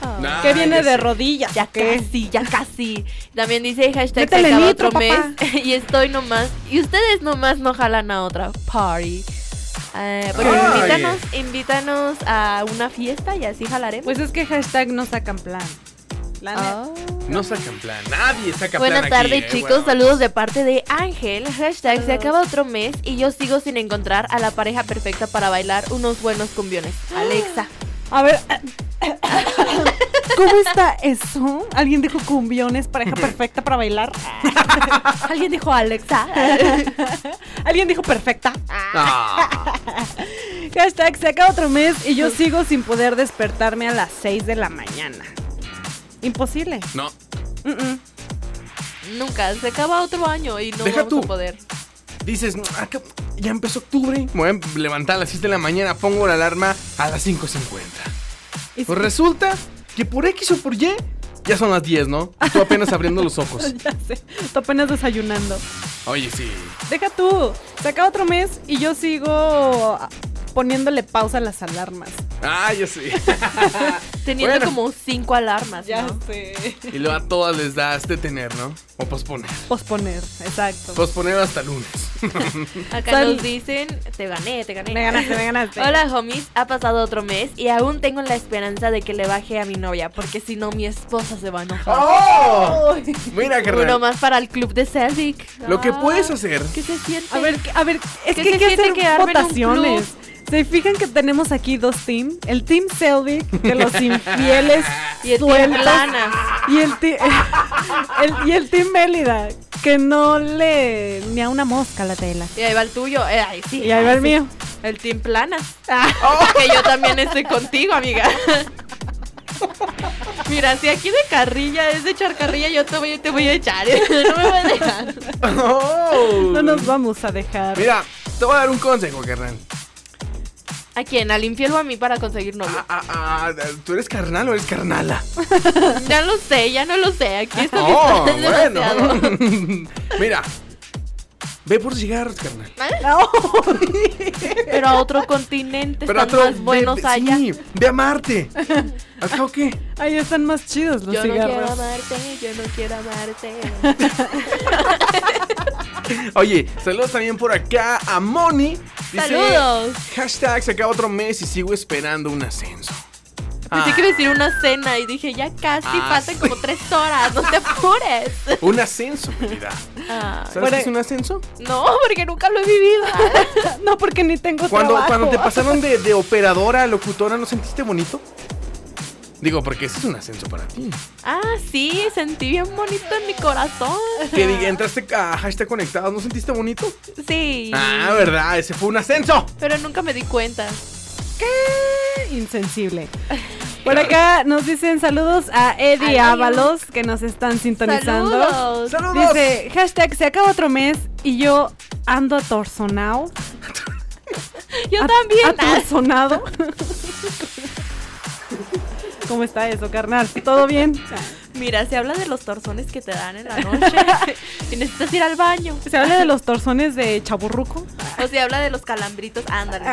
Speaker 4: Ah.
Speaker 2: Nah.
Speaker 3: que
Speaker 2: Ah,
Speaker 3: viene
Speaker 2: ya
Speaker 3: de
Speaker 2: sé.
Speaker 3: rodillas.
Speaker 4: Ya
Speaker 3: ¿o qué?
Speaker 4: casi, ya casi. También dice hashtag se
Speaker 3: Métele
Speaker 4: acaba
Speaker 3: nitro,
Speaker 4: otro mes
Speaker 3: papá.
Speaker 4: y estoy nomás. Y ustedes nomás no jalan a otra party. Eh, pero
Speaker 2: Ay.
Speaker 4: invítanos, invítanos a una fiesta y así jalaremos.
Speaker 3: Pues es que hashtag no sacan plan. La neta.
Speaker 4: Ah.
Speaker 2: No sacan plan, nadie saca
Speaker 4: Buenas
Speaker 2: plan.
Speaker 4: tardes
Speaker 2: aquí, ¿eh?
Speaker 4: chicos,
Speaker 2: Bueno.
Speaker 4: saludos de parte de Ángel. Hashtag se
Speaker 3: Saludos.
Speaker 4: acaba otro mes y yo sigo sin encontrar a la pareja perfecta para bailar unos buenos cumbiones. Alexa.
Speaker 3: A ver. ¿Cómo está eso? ¿Alguien dijo cumbiones, pareja perfecta para bailar?
Speaker 4: ¿Alguien dijo Alexa?
Speaker 3: ¿Alguien dijo perfecta?
Speaker 2: Ah,
Speaker 3: Hashtag se acaba otro mes y yo sigo sin poder despertarme a las 6 de la mañana. Imposible.
Speaker 2: no,
Speaker 3: Mm-mm.
Speaker 4: Nunca, se acaba otro año y no
Speaker 2: Deja
Speaker 4: vamos
Speaker 2: tú.
Speaker 4: a poder.
Speaker 2: dices, "Ah, que- ya empezó octubre. Me voy a levantar a las 7 de la mañana, pongo la alarma a las 5.50.
Speaker 3: Y-
Speaker 2: Pues resulta que por X o por Y ya son las 10, ¿no? Y Tú apenas abriendo los ojos.
Speaker 3: ya sé, tú apenas desayunando.
Speaker 2: Oye, sí.
Speaker 3: Deja tú, se acaba otro mes y yo sigo poniéndole pausa a las alarmas.
Speaker 2: Ah, ya sí.
Speaker 4: Teniendo
Speaker 2: Bueno.
Speaker 4: como cinco alarmas,
Speaker 3: Ya
Speaker 4: ¿no?
Speaker 3: sé.
Speaker 2: Y luego a todas les das detener, ¿no? O posponer.
Speaker 3: Posponer, exacto.
Speaker 2: Posponer hasta lunes.
Speaker 4: Acá
Speaker 3: Sal-
Speaker 4: nos dicen, te gané, te gané.
Speaker 3: me ganaste, me ganaste.
Speaker 4: Hola homies, ha pasado otro mes y aún tengo la esperanza de que le baje a mi novia, porque si no mi esposa se va a enojar.
Speaker 2: ¡Oh! Mira,
Speaker 4: Uno
Speaker 2: carnal.
Speaker 4: más para el club de Celtic.
Speaker 2: Lo que
Speaker 4: Ah,
Speaker 2: puedes hacer.
Speaker 4: ¿Qué se siente?
Speaker 3: A ver, a ver, es
Speaker 4: ¿Qué
Speaker 3: que hay
Speaker 4: se
Speaker 3: que
Speaker 4: siente
Speaker 3: hacer
Speaker 4: que armen un
Speaker 3: votaciones. Se fijan que tenemos aquí dos teams, el team Selvig de los infieles
Speaker 4: Y el team
Speaker 3: sueltos,
Speaker 4: planas.
Speaker 3: y el ti- el- y el team Mélida que no le ni a una mosca la tela.
Speaker 4: Y ahí va el tuyo. eh, ahí sí.
Speaker 3: Y ahí va el
Speaker 4: sí.
Speaker 3: mío.
Speaker 4: El Ah. team planas. Que yo también estoy contigo, amiga. Mira, si aquí de carrilla es de echar carrilla, yo te voy, te voy a echar. ¿eh? No me voy a dejar.
Speaker 2: ¡Oh!
Speaker 3: No nos vamos a dejar.
Speaker 2: Mira, te voy a dar un consejo, carnal.
Speaker 4: ¿A quién? ¿Al infiel o a mí para conseguir novio?
Speaker 2: Ah, ah, ah, ¿Tú eres carnal o eres carnala?
Speaker 4: Ya lo sé, ya no lo sé. Aquí está
Speaker 2: ¡Oh,
Speaker 4: es demasiado.
Speaker 2: bueno! Mira, ve por cigarros, carnal.
Speaker 4: Pero a otro continente
Speaker 2: Pero
Speaker 4: están
Speaker 2: otro,
Speaker 4: más buenos
Speaker 2: ve, ve-
Speaker 4: allá.
Speaker 2: sí, ve a Marte. ¿Al cabo qué?
Speaker 3: Ahí están más chidos los
Speaker 4: Yo no quiero
Speaker 3: cigarros.
Speaker 4: amarte, yo no quiero amarte.
Speaker 2: Oye, saludos también por acá a Moni. Dice,
Speaker 4: Saludos.
Speaker 2: Hashtag se acaba otro mes y sigo esperando un ascenso.
Speaker 4: Pensé
Speaker 2: Ah,
Speaker 4: que iba a decir una cena y dije, ya casi,
Speaker 2: Ah,
Speaker 4: faltan
Speaker 2: sí.
Speaker 4: como tres horas, no te apures.
Speaker 2: Un ascenso, mi vida.
Speaker 4: Ah,
Speaker 2: ¿Sabes qué
Speaker 3: Por-
Speaker 2: es un ascenso?
Speaker 4: no, porque nunca lo he vivido.
Speaker 3: no, porque ni tengo
Speaker 2: Cuando,
Speaker 3: trabajo.
Speaker 2: cuando te pasaron de, de operadora a locutora, ¿no sentiste bonito? Digo, porque ese es un ascenso para ti.
Speaker 4: Ah, sí, sentí bien bonito en mi corazón.
Speaker 2: Que diga, entraste a hashtag conectados, ¿no sentiste bonito?
Speaker 4: Sí.
Speaker 2: Ah, ¿verdad? Ese fue un ascenso.
Speaker 4: Pero nunca me di cuenta.
Speaker 3: Insensible. Por acá nos dicen saludos a
Speaker 4: Ay,
Speaker 3: Eddie
Speaker 4: ay,
Speaker 3: Ábalos, que nos están sintonizando.
Speaker 4: Saludos.
Speaker 2: ¡Saludos!
Speaker 3: Dice, hashtag se acaba otro mes y yo ando atorzonado.
Speaker 4: Yo
Speaker 3: At-
Speaker 4: también.
Speaker 3: Ah, Atorzonado. ¿Cómo está eso, carnal? ¿Todo bien?
Speaker 4: Ah. Mira, se habla de los torzones que te dan en la noche y necesitas ir al baño.
Speaker 3: Se habla de los torzones de chaburruco,
Speaker 4: O se habla de los calambritos, ándale.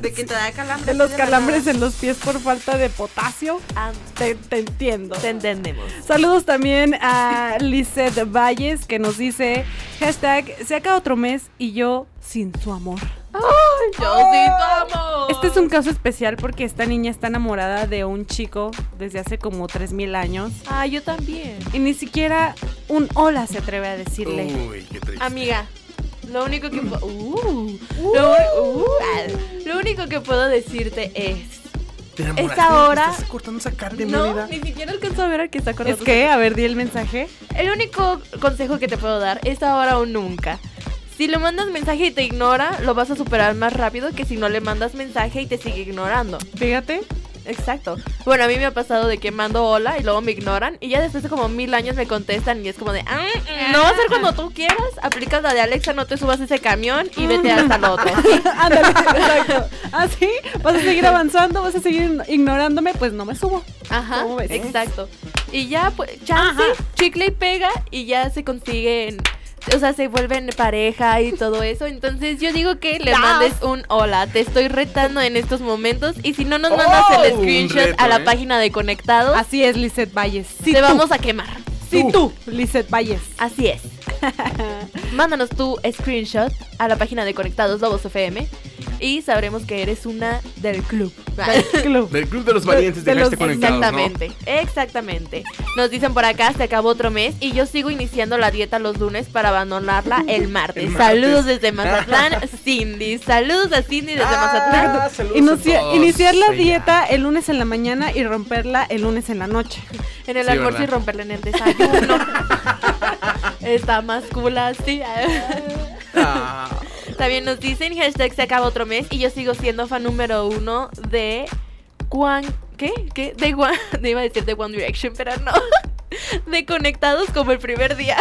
Speaker 4: De que te da calambres.
Speaker 3: Ah. de los
Speaker 4: así la
Speaker 3: calambres
Speaker 4: nada.
Speaker 3: en los pies por falta de potasio. Te,
Speaker 4: Ándale,
Speaker 3: te entiendo.
Speaker 4: Ah, Te entendemos.
Speaker 3: Saludos también a Lizeth Valles que nos dice hashtag se acaba otro mes y yo sin tu amor.
Speaker 4: Yo sí tu amor.
Speaker 3: Este es un caso especial porque esta niña está enamorada de un chico desde hace como 3.000 años
Speaker 4: Ah, yo también.
Speaker 3: y ni siquiera un hola se atreve a decirle.
Speaker 2: Uy, qué triste.
Speaker 4: Amiga, lo único que Uh. puedo. lo, uni- uh, ah, lo único que puedo decirte es.
Speaker 2: Te enamoraste,
Speaker 4: esta hora-
Speaker 2: Estás cortando esa carne,
Speaker 4: No,
Speaker 2: Mérida.
Speaker 4: ni siquiera alcanzo a ver al que está
Speaker 3: Es
Speaker 4: acordando.
Speaker 3: que, a ver, di el mensaje.
Speaker 4: El único consejo que te puedo dar es ahora o nunca. Si le mandas mensaje y te ignora, lo vas a superar más rápido que si no le mandas mensaje y te sigue ignorando.
Speaker 3: Fíjate.
Speaker 4: Exacto. Bueno, a mí me ha pasado de que mando hola y luego me ignoran y ya después de como mil años me contestan y es como de, "Ah, mm, no va a ser cuando tú quieras, aplicas la de Alexa, no te subas a ese camión y vete hasta el otro.
Speaker 3: Ándale, exacto. Así, Ah, vas a seguir avanzando, vas a seguir ignorándome, pues no me subo.
Speaker 4: Ajá,
Speaker 3: ¿Cómo ves?
Speaker 4: exacto. Y ya, pues, chance, chicle y pega y ya se consiguen, o sea, se vuelven pareja y todo eso. Entonces yo digo que le
Speaker 3: Ya.
Speaker 4: mandes un hola, te estoy retando en estos momentos y si no nos mandas el
Speaker 2: Oh, un
Speaker 4: screenshot
Speaker 2: reto,
Speaker 4: a la
Speaker 2: ¿eh?
Speaker 4: página de Conectados,
Speaker 3: Así es, Lizeth Valles. Sí,
Speaker 4: te
Speaker 3: tú.
Speaker 4: vamos a quemar.
Speaker 3: Sí, tú, Lizeth Valles.
Speaker 4: Así es. Mándanos tu screenshot a la página de Conectados Lobos FM y sabremos que eres una del club.
Speaker 3: Club.
Speaker 2: Del Club de los Valientes
Speaker 3: De
Speaker 2: de,
Speaker 3: los-
Speaker 2: hashtag Conectados, ¿no?
Speaker 4: Exactamente, exactamente. Nos dicen por acá, se acabó otro mes y yo sigo iniciando la dieta los lunes para abandonarla el martes.
Speaker 2: El martes.
Speaker 4: Saludos desde Mazatlán, Cindy. Saludos a Cindy desde Mazatlán.
Speaker 2: Ah, saludos a
Speaker 3: Inicia-
Speaker 2: todos.
Speaker 3: iniciar la
Speaker 2: Venga.
Speaker 3: dieta el lunes en la mañana y romperla el lunes en la noche.
Speaker 4: En el
Speaker 2: Sí,
Speaker 4: almuerzo y
Speaker 2: ¿verdad?
Speaker 4: romperla en el desayuno. Está más cool así.
Speaker 2: Ah,
Speaker 4: También nos dicen hashtag se acaba otro mes y yo sigo siendo fan número uno de Juan. ¿Qué? ¿Qué? De Juan. Iba a decir de One Direction, pero no. De conectados como el primer día.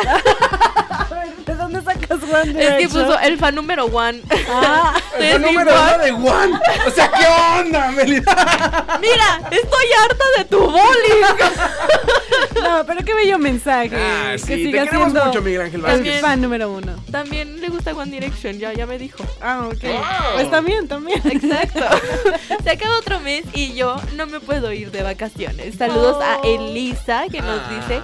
Speaker 3: ¿De dónde sacas Juan
Speaker 4: Es que puso el fan número one. Ah,
Speaker 2: el número uno de Juan. O sea, ¿qué onda, Mérida?
Speaker 4: Mira, estoy harta de tu boli.
Speaker 3: No, pero qué bello mensaje.
Speaker 2: Ah, sí,
Speaker 3: que
Speaker 2: te
Speaker 3: siga
Speaker 2: queremos
Speaker 3: siendo
Speaker 2: mucho, Miguel Ángel
Speaker 3: El
Speaker 4: Vázquez.
Speaker 3: fan número uno.
Speaker 4: También le gusta One Direction, ya, ya me dijo.
Speaker 3: Ah, ok.
Speaker 2: Wow.
Speaker 3: Pues también, también.
Speaker 4: Exacto. Se acaba otro mes y yo no me puedo ir de vacaciones. Saludos a
Speaker 3: Oh.
Speaker 4: Elisa que
Speaker 2: Ah.
Speaker 4: nos dice.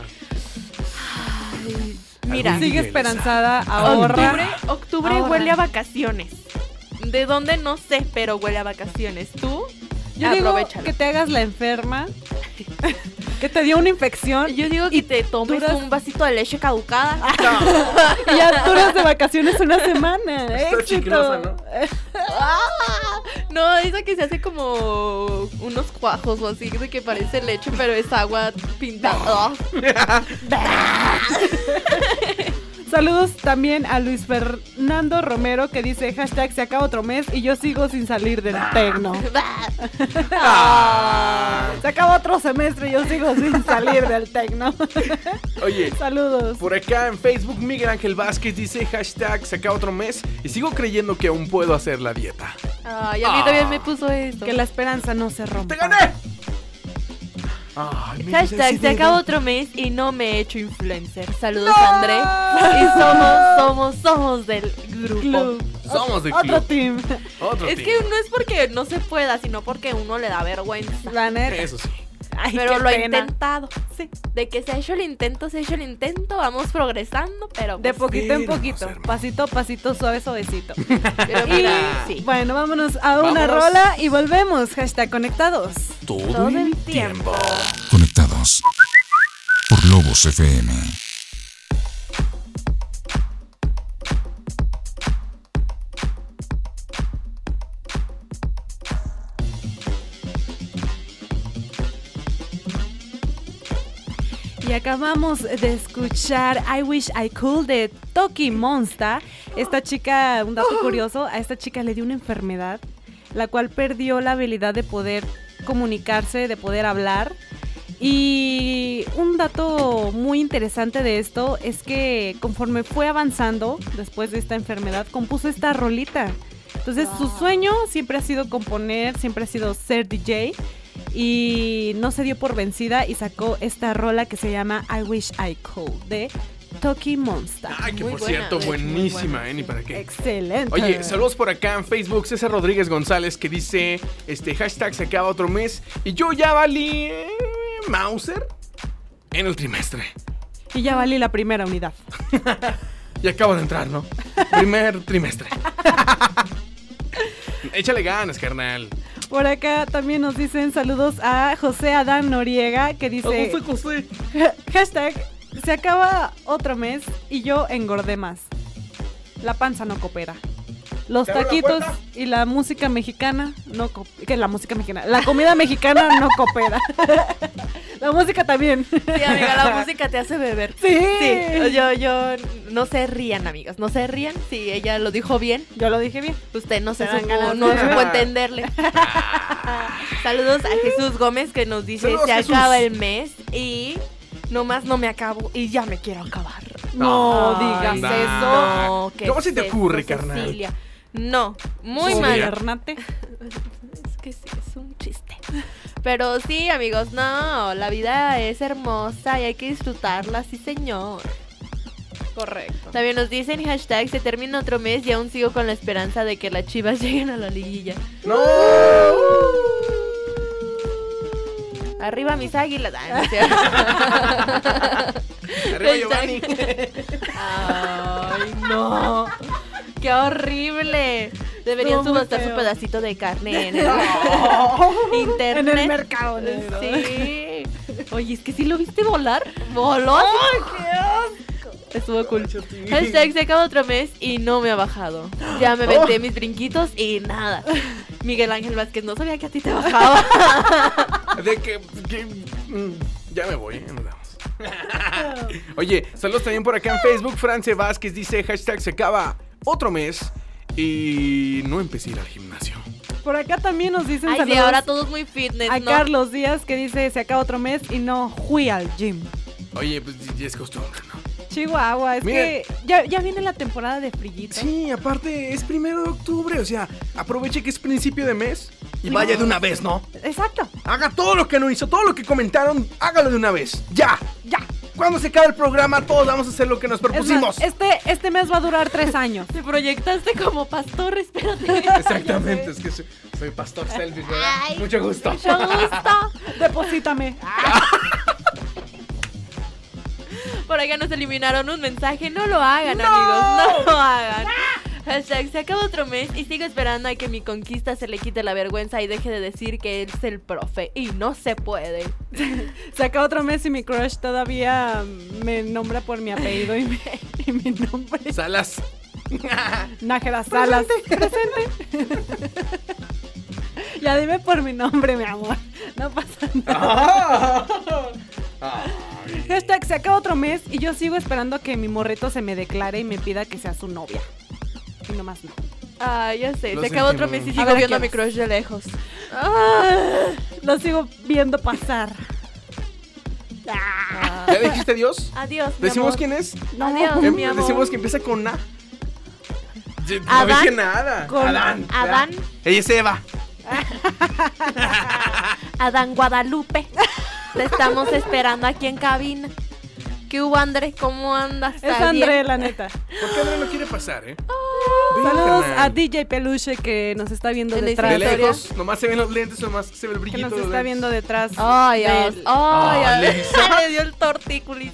Speaker 4: Ay, Mira,
Speaker 2: Algún
Speaker 3: Sigue
Speaker 2: Miguel,
Speaker 3: esperanzada,
Speaker 4: octubre,
Speaker 3: ahorra.
Speaker 4: octubre
Speaker 3: Ahorra.
Speaker 4: huele a vacaciones. ¿De dónde? No sé, pero huele a vacaciones. ¿Tú?
Speaker 3: Yo digo
Speaker 4: Aprovechalo.
Speaker 3: que te hagas la enferma, que te dio una infección
Speaker 4: Yo digo que te tomes
Speaker 3: duras-
Speaker 4: un vasito de leche caducada.
Speaker 3: y ya duras de vacaciones una semana.
Speaker 2: Está chiclosa,
Speaker 3: Éxito.
Speaker 2: ¿no?
Speaker 4: No, esa que se hace como unos cuajos o así, de que parece leche, pero es agua pintada.
Speaker 3: Saludos también a Luis Fernando Romero que dice hashtag se acaba otro mes y yo sigo sin salir del tecno.
Speaker 2: Ah.
Speaker 3: Se acaba otro semestre y yo sigo sin salir del tecno.
Speaker 2: Oye,
Speaker 3: Saludos.
Speaker 2: Por acá en Facebook, Miguel Ángel Vázquez dice hashtag saca otro mes y sigo creyendo que aún puedo hacer la dieta.
Speaker 4: Ay, a mí también me puso esto.
Speaker 3: Que la esperanza no se rompa.
Speaker 2: ¡Te gané! Ay, me
Speaker 4: Hashtag, se
Speaker 2: decidí.
Speaker 4: acaba otro mes y no me he hecho influencer. Saludos, André. Y somos, somos, somos del grupo.
Speaker 3: Club.
Speaker 2: Somos de
Speaker 3: Otro
Speaker 2: club.
Speaker 3: team.
Speaker 2: Otro
Speaker 4: Es
Speaker 2: team.
Speaker 4: que no es porque no se pueda, sino porque uno le da vergüenza.
Speaker 3: La neta.
Speaker 2: Eso sí.
Speaker 3: Ay,
Speaker 4: pero
Speaker 3: qué
Speaker 4: lo he
Speaker 3: pena.
Speaker 4: intentado. Sí. De que se ha hecho el intento, se ha hecho el intento, vamos progresando, pero...
Speaker 3: De
Speaker 4: pues,
Speaker 3: poquito en
Speaker 2: Vamos,
Speaker 3: poquito.
Speaker 2: hermano.
Speaker 3: Pasito a pasito, suave, suavecito.
Speaker 4: pero mira, sí.
Speaker 3: Bueno, vámonos a una
Speaker 2: Vámonos.
Speaker 3: rola y volvemos. Hashtag conectados.
Speaker 2: Todo,
Speaker 4: Todo el
Speaker 2: tiempo.
Speaker 1: Conectados por Lobos FM.
Speaker 3: Y acabamos de escuchar I Wish I Could de Toki Monsta. Esta chica, un dato curioso, a esta chica le dio una enfermedad, la cual perdió la habilidad de poder comunicarse, de poder hablar. Y un dato muy interesante de esto es que conforme fue avanzando después de esta enfermedad, compuso esta rolita. Entonces su sueño siempre ha sido componer, siempre ha sido ser DJ. y no se dio por vencida y sacó esta rola que se llama I Wish I Could de Toki Monster.
Speaker 2: Ay, que
Speaker 4: Muy
Speaker 2: por
Speaker 4: buena,
Speaker 2: cierto,
Speaker 4: de hecho, muy
Speaker 2: buenísima,
Speaker 4: buena,
Speaker 2: ¿eh? Ni
Speaker 4: sí.
Speaker 2: para qué.
Speaker 3: Excelente.
Speaker 2: Oye, saludos por acá en Facebook, César Rodríguez González que dice, este hashtag se acaba otro mes y yo ya valí eh, Mauser en el trimestre.
Speaker 3: Y ya valí la primera unidad.
Speaker 2: Y acabo de entrar, ¿no? Primer trimestre. Échale ganas, carnal.
Speaker 3: Por acá también nos dicen saludos a José Adán Noriega que dice hashtag se acaba otro mes y yo engordé más. La panza no coopera. Los
Speaker 2: ¿Te abro la
Speaker 3: taquitos
Speaker 2: puerta?
Speaker 3: y la música mexicana no co- que la música mexicana, la comida mexicana no coopera. la música también.
Speaker 4: Sí, amiga, la música te hace beber.
Speaker 3: Sí.
Speaker 4: Sí, yo, yo, no se rían, amigas, no se rían. Si ella lo dijo bien,
Speaker 3: Yo lo dije bien.
Speaker 4: usted no se
Speaker 3: Te dan
Speaker 4: supo,
Speaker 3: ganas Ah.
Speaker 4: no
Speaker 3: de-
Speaker 4: supo entenderle. Saludos a Jesús Gómez que nos dice,
Speaker 2: Saludos,
Speaker 4: se
Speaker 2: Jesús.
Speaker 4: acaba el mes y nomás no me acabo y ya me quiero acabar.
Speaker 3: No,
Speaker 4: Ay,
Speaker 3: digas
Speaker 2: no.
Speaker 3: eso.
Speaker 4: No, ¿qué
Speaker 2: ¿Cómo
Speaker 4: es
Speaker 2: se te
Speaker 4: eso,
Speaker 2: ocurre, carnal?
Speaker 4: Cecilia? No, muy
Speaker 2: Sí.
Speaker 4: mal.
Speaker 3: Gobernante.
Speaker 4: Es que sí, es un chiste. Pero sí, amigos, no, la vida es hermosa y hay que disfrutarla, sí señor.
Speaker 3: Correcto.
Speaker 4: También nos dicen hashtag, se termina otro mes y aún sigo con la esperanza de que las chivas lleguen a la liguilla.
Speaker 2: No.
Speaker 4: Uh. Arriba mis águilas. Ah, no es cierto.
Speaker 2: Arriba Giovanni.
Speaker 4: Ay, no. Qué horrible. Deberían
Speaker 3: Estuvo muy
Speaker 4: subastar su
Speaker 3: feo.
Speaker 4: pedacito de carne en el internet.
Speaker 3: En el mercado negro.
Speaker 4: Sí. Oye, es que si lo viste volar. Voló. Estuvo cool. Hashtag se acaba otro mes y no me ha bajado. Ya me
Speaker 3: Oh.
Speaker 4: aventé mis brinquitos y nada. Miguel Ángel Vázquez, no sabía que a ti te bajaba.
Speaker 2: De que, que- mm, ya me voy, ¿eh? nos vamos. Oye, saludos también por acá en Facebook. France Vázquez dice hashtag se acaba otro mes y no empecé a ir al gimnasio.
Speaker 3: Por acá también nos dicen
Speaker 4: Ay, sí,
Speaker 3: saludos
Speaker 4: ahora todos muy fitness,
Speaker 3: a
Speaker 4: ¿no?
Speaker 3: Carlos Díaz que dice se acaba otro mes y no fui al gym.
Speaker 2: Oye, pues ya es costumbre, ¿no?
Speaker 3: Chihuahua, es
Speaker 2: Miren.
Speaker 3: que ya, ya viene la temporada de frillito.
Speaker 2: Sí, aparte es primero de octubre, o sea, aproveche que es principio de mes y vaya de una vez, ¿no?
Speaker 3: Exacto.
Speaker 2: Haga todo lo que no hizo, todo lo que comentaron, hágalo de una vez. Ya, ya. Cuando se acabe el programa, todos vamos a hacer lo que nos
Speaker 3: Es
Speaker 2: propusimos.
Speaker 3: más, este, este mes va a durar tres años.
Speaker 4: Te proyectaste como pastor, espérate.
Speaker 2: Exactamente, es que soy, soy pastor selfie, ¿verdad? Mucho gusto.
Speaker 4: Mucho gusto.
Speaker 3: Deposítame.
Speaker 4: Por acá nos eliminaron un mensaje. No lo hagan, amigos. No lo hagan. Hashtag, se acaba otro mes y sigo esperando a que mi conquista se le quite la vergüenza y deje de decir que es el profe. Y no se puede.
Speaker 3: Se acaba otro mes y mi crush todavía me nombra por mi apellido y mi, y mi nombre.
Speaker 2: Salas.
Speaker 3: Nájera Salas. Presente. Ya dime por mi nombre, mi amor. No pasa nada.
Speaker 2: Ah.
Speaker 3: Hashtag se acaba otro mes y yo sigo esperando que mi morrito se me declare y me pida que sea su novia. Y nomás no.
Speaker 4: Ah, ya sé.
Speaker 2: Lo
Speaker 4: se acaba otro
Speaker 2: sentimos.
Speaker 4: mes y
Speaker 2: A
Speaker 4: sigo
Speaker 3: ver, ¿a
Speaker 4: viendo a
Speaker 3: quién
Speaker 4: mi
Speaker 3: es?
Speaker 4: crush de lejos.
Speaker 3: Ah, lo sigo viendo pasar.
Speaker 2: ¿Ya dijiste adiós?
Speaker 4: Ah, Adiós. mi
Speaker 2: ¿Decimos
Speaker 4: amor.
Speaker 2: quién es?
Speaker 3: No.
Speaker 4: Adiós,
Speaker 2: Em,
Speaker 4: mi amor.
Speaker 2: Decimos que empieza con A. Ye- No
Speaker 4: Adán.
Speaker 2: dije nada.
Speaker 3: Con
Speaker 2: Adán.
Speaker 4: Adán.
Speaker 2: ¿verdad? Ella es Eva.
Speaker 4: Adán Guadalupe. Te estamos esperando aquí en cabina. ¿Qué hubo, Andrés? ¿Cómo andas?
Speaker 3: Es
Speaker 4: ¿Está bien?
Speaker 3: André, la neta.
Speaker 2: ¿Por qué Adán no quiere pasar, eh? Ven,
Speaker 3: Oh, Saludos
Speaker 2: carnal.
Speaker 3: a DJ Peluche que nos está viendo
Speaker 4: En el
Speaker 3: detrás.
Speaker 2: De
Speaker 4: Victoria.
Speaker 2: lejos, nomás se ven los lentes, nomás se ve el
Speaker 3: Que
Speaker 2: brillito.
Speaker 3: nos
Speaker 2: de los
Speaker 3: está
Speaker 2: lentes.
Speaker 3: viendo detrás.
Speaker 4: Ay,
Speaker 3: del-
Speaker 4: ay, ay,
Speaker 2: Ah,
Speaker 4: ay.
Speaker 2: Lisa.
Speaker 4: le dio el tortícolis.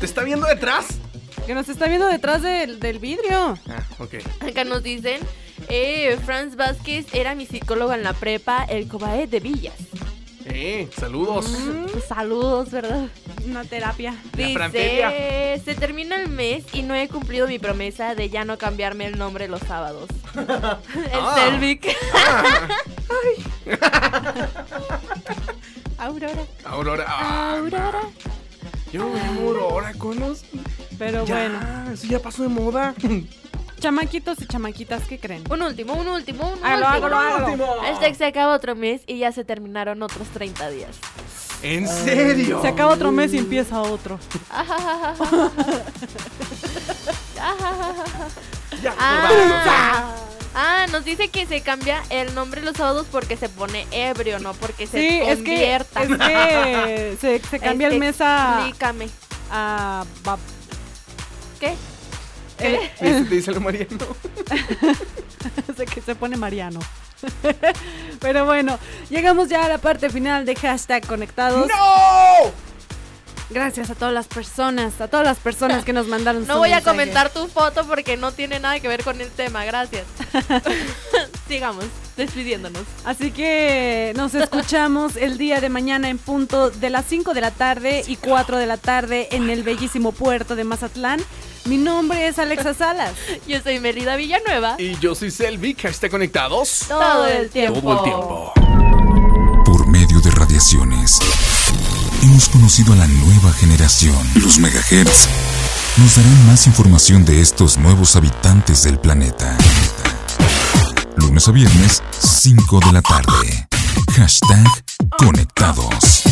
Speaker 2: ¿Te está viendo detrás?
Speaker 3: Que nos está viendo detrás del, del vidrio.
Speaker 2: Ah, ok.
Speaker 4: Acá nos dicen, eh, Franz Vázquez era mi psicólogo en la prepa, el cobae de Villas.
Speaker 2: Eh, saludos.
Speaker 4: Pues saludos, ¿verdad?
Speaker 3: Una terapia.
Speaker 2: La
Speaker 4: Dice,
Speaker 2: frantelia.
Speaker 4: se termina el mes y no he cumplido mi promesa de ya no cambiarme el nombre los sábados. el
Speaker 2: Ah.
Speaker 4: Selvic.
Speaker 2: Ah,
Speaker 4: Aurora,
Speaker 2: Aurora. ah,
Speaker 4: Aurora.
Speaker 2: Yo no me llamo Aurora, conos.
Speaker 3: Pero
Speaker 2: ya,
Speaker 3: bueno.
Speaker 2: Eso ya pasó de moda.
Speaker 3: Chamaquitos y chamaquitas, ¿qué creen?
Speaker 4: Un último, un último, un
Speaker 3: Hágalo,
Speaker 4: último.
Speaker 3: hágalo, hágalo.
Speaker 2: Último.
Speaker 4: Hashtag se acaba otro mes y ya se terminaron otros 30 días.
Speaker 2: ¿En serio?
Speaker 3: Se acaba otro mes y empieza otro.
Speaker 4: Ah, Ajajajaja.
Speaker 2: Ya,
Speaker 4: Ah. Ah, nos dice que se cambia el nombre los sábados porque se pone ebrio, no porque
Speaker 3: Sí,
Speaker 4: se
Speaker 3: es que, es
Speaker 4: convierta.
Speaker 3: que se, se cambia el mes a,
Speaker 4: Explícame.
Speaker 3: a va-
Speaker 4: ¿Qué?
Speaker 3: eh,
Speaker 2: Dice- Dice lo Mariano.
Speaker 3: sé que se pone Mariano. Pero bueno, llegamos ya a la parte final de hashtag conectados.
Speaker 2: ¡No!
Speaker 3: Gracias a todas las personas, a todas las personas que nos mandaron
Speaker 4: No
Speaker 3: su
Speaker 4: voy a
Speaker 3: mensaje.
Speaker 4: comentar tu foto porque no tiene nada que ver con el tema, gracias. Sigamos, despidiéndonos.
Speaker 3: Así que nos escuchamos el día de mañana en punto de las 5 de la tarde y 4 de la tarde en el bellísimo puerto de Mazatlán. Mi nombre es Alexa Salas.
Speaker 4: Yo soy Merida Villanueva.
Speaker 2: Y yo soy Selvi, que está conectados
Speaker 4: Todo el tiempo.
Speaker 2: todo el tiempo.
Speaker 1: Por medio de radiaciones, hemos conocido a la nueva generación. Los megahertz nos darán más información de estos nuevos habitantes del planeta. Lunes a viernes, 5 de la tarde. Hashtag conectados.